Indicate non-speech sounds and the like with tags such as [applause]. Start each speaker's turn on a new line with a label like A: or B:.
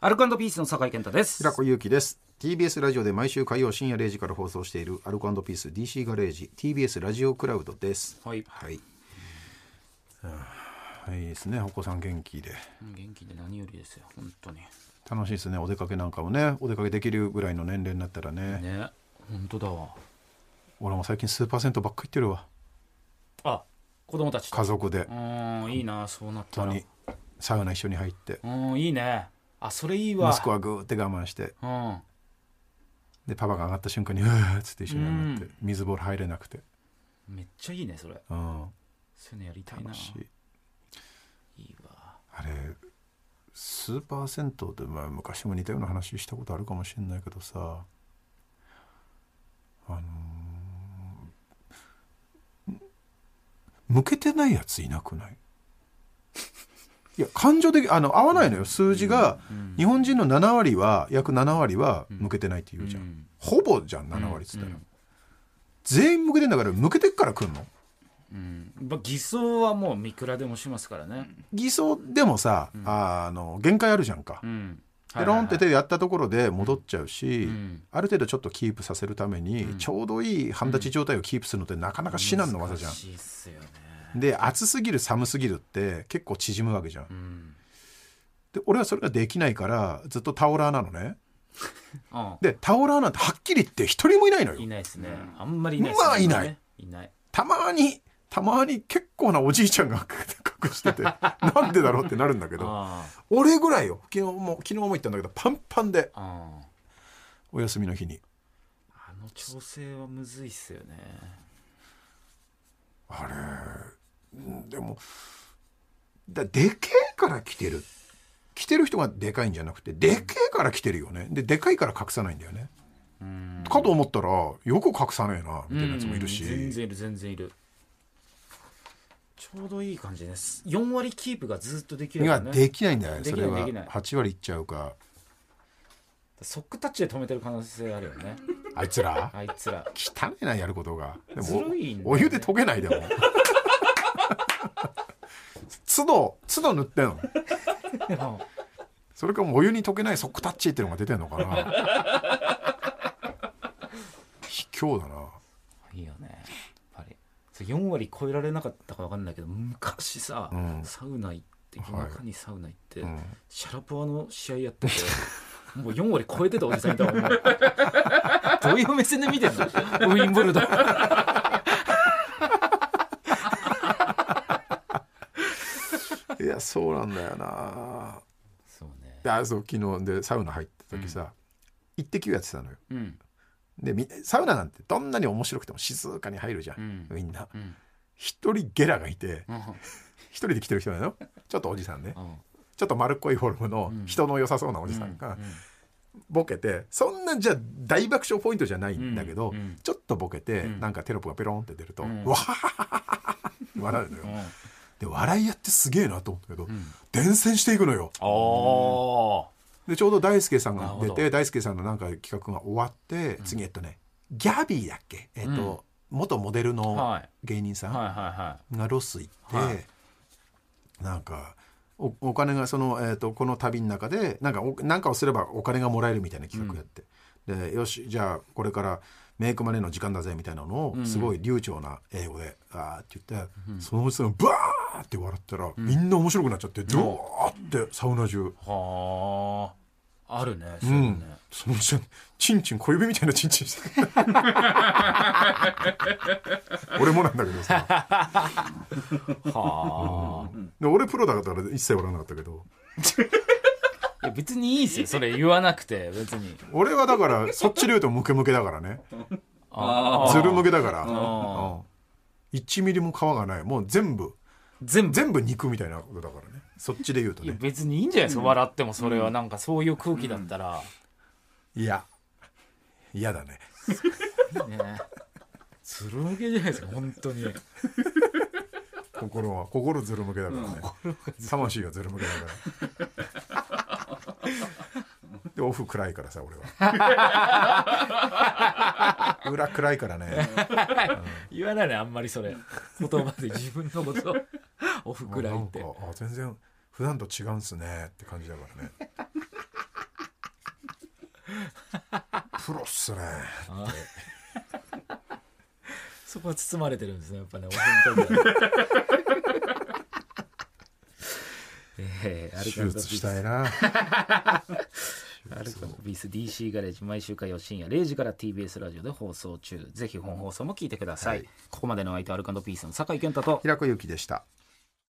A: アルコピースの酒井健太です
B: 平子祐希です TBS ラジオで毎週火曜深夜0時から放送しているアルコピース DC ガレージ TBS ラジオクラウドです
A: はい
B: はい、うんいいですねお子さん元気で
A: 元気で何よりですよ本当に
B: 楽しいですねお出かけなんかもねお出かけできるぐらいの年齢になったらね
A: ね本当だわ
B: 俺も最近スーパー銭湯ばっか行ってるわ
A: あ子供たちと
B: 家族で
A: うーんいいなそうなった
B: 本
A: ら
B: 当にサウナ一緒に入って
A: うーんいいねあそれいいわ
B: 息子はぐーって我慢して
A: うん
B: でパパが上がった瞬間にうーっつって一緒に上がって
A: う
B: 水ボール入れなくて
A: めっちゃいいねそれ
B: うん
A: そういうのやりたいな
B: 楽しい
A: いいわ
B: あれスーパー銭湯って、まあ、昔も似たような話したことあるかもしれないけどさあのーん向けてないやついなくない [laughs] いや感情的あの合わないのよ数字が、
A: うん
B: 日本人の7割は約7割は向けてないって言うじゃん、
A: うん
B: ほぼじゃん7割っつったら、
A: うん
B: 全員向けてんだから向けてっから来んの
A: うんまあ偽装はもういくらでもしますからね
B: 偽装でもさ、あの限界あるじゃんか、
A: うん
B: ペロンって
A: 手
B: 手でやったところで戻っちゃうし、
A: うん
B: ある程度ちょっとキープさせるために、ちょうどいい半立ち状態をキープするのってなかなか至難の技じゃん
A: 難。しいっすよね
B: で暑すぎる寒すぎるって結構縮むわけじゃん。
A: うん
B: で俺はそれができないからずっとタオラーなのね。
A: あ
B: でタオラーなんてはっきり言って一人もいないの
A: い
B: よ。
A: ないですねあんまりいないっす
B: まあいない
A: ねいない
B: たまにたまに結構なおじいちゃんが隠して
A: [laughs]
B: てなんでだろうってなるんだけど
A: あー
B: 俺ぐらいよ昨日も昨日も言ったんだけどパンパンで
A: あー
B: お休みの日に。
A: あの調整はむずいっすよね
B: あれうんでもだでけえから来てる来てる人がでかいんじゃなくてでけえから来てるよねででかいから隠さないんだよね
A: うん
B: かと思ったらよく隠さねえなみたいなやつもいるし、
A: うん全然いる全然いるちょうどいい感じです4割キープがずっとできる
B: い
A: よ
B: や
A: ね
B: できないんだよね
A: で
B: そ
A: き
B: れ
A: ない
B: は
A: できない
B: 8割いっちゃうか
A: ソックタッチで止めてる可能性あるよ
B: [laughs]
A: ね
B: あいつら
A: あいつら
B: 汚えなやることがで
A: ずるいんだよね
B: おお湯で溶けないでも [laughs] 都度都度塗ってんのそれかもうお湯に溶けないソックタッチっていうのが出てんのかな卑怯だな
A: [laughs]
B: い
A: いよねやっぱりそれ4割超えられなかったか分かんないけど昔さ、
B: うん
A: サウナ行って夜中にサウナ行って、
B: うん
A: シャラポワの試合やっててもう4割超えてたおじさんい
B: [laughs]
A: たわもうどういう目線で見てんのウィンブ
B: [laughs]
A: ルドン
B: いやそうなんだよな
A: そうね
B: であそう昨日でサウナ入った時さ、一滴をやってたのよ
A: うん
B: でみサウナなんてどんなに面白くても静かに入るじゃ、
A: うんん
B: みんな
A: うん
B: 一人ゲラがいて
A: うん
B: 一人で来てる人なのよちょっとおじさんね
A: うん
B: ちょっと丸っこいフォルムの
A: うん
B: 人の良さそうなおじさんがボケてそんなじゃ大爆笑ポイントじゃないんだけど、
A: うんうん
B: ちょっとボケて、
A: うん
B: なんかテロップがペロンって出ると、
A: うん
B: わはははは笑うのよ、
A: うんうん
B: で笑いやってすげえなと思ったけど、
A: ん
B: 伝染していくのよ
A: おー
B: でちょうど大輔さん
A: なる
B: が
A: ほ
B: 出
A: ど
B: て大輔さんのなんか企画が終わって、次えっとねギャビーだっけ、えっと元モデルの
A: はい
B: 芸人さん
A: はいはいはい
B: がロス行って、
A: はい
B: なんかおお金がその、えー、とこの旅の中でなんかおなんかをすればお金がもらえるみたいな企画やって、でよしじゃあこれからメイクマネーの時間だぜみたいなのをすごい流暢な英語で「あー」って言って、そのおじさんがバーって笑ったら、みんな面白くなっちゃってドーってサウナ中。
A: はああるねそう
B: う
A: いうんね、
B: そのおじさんチンチン小指みたいなチンチン [laughs] してる俺もなんだけどさ
A: は
B: で俺プロだから一切笑わなかったけど
A: あいや別にいいですよそれ言わなくて別に
B: 俺はだからそっちで言うとムケムケだからね
A: あー
B: ズルムケだから、うん
A: ー
B: 1ミリも皮がないもう全部
A: 全部
B: 全部肉みたいなことだからねそっちで言うと
A: いや
B: ね
A: 別にいいんじゃないですか、笑ってもそれはなんかそういう空気だったら、
B: いや嫌だね
A: ねつるむけじゃないですか本当に
B: 心は心ズルムケだからね、魂がズルムケだからでオフ暗いからさ俺は [laughs] 裏暗いからね
A: 言わないねあんまりそれ言葉で自分のことをオフくらいって
B: [laughs] あなんかあ全然普段と違うんすねって感じだからねプロっすね
A: [laughs] そこは包まれてるんですねやっぱねお弁当には [laughs] ええア
B: 手
A: ルカンド
B: 術
A: ピー
B: し
A: ス
B: たいな
A: アルカンドピース DC ガレージ毎週火曜深夜0時から TBS ラジオで放送中ぜひ本放送も聞いてください、ここまでのお相手はアルカンドピースの酒井健太と
B: [laughs] 平子ゆきでした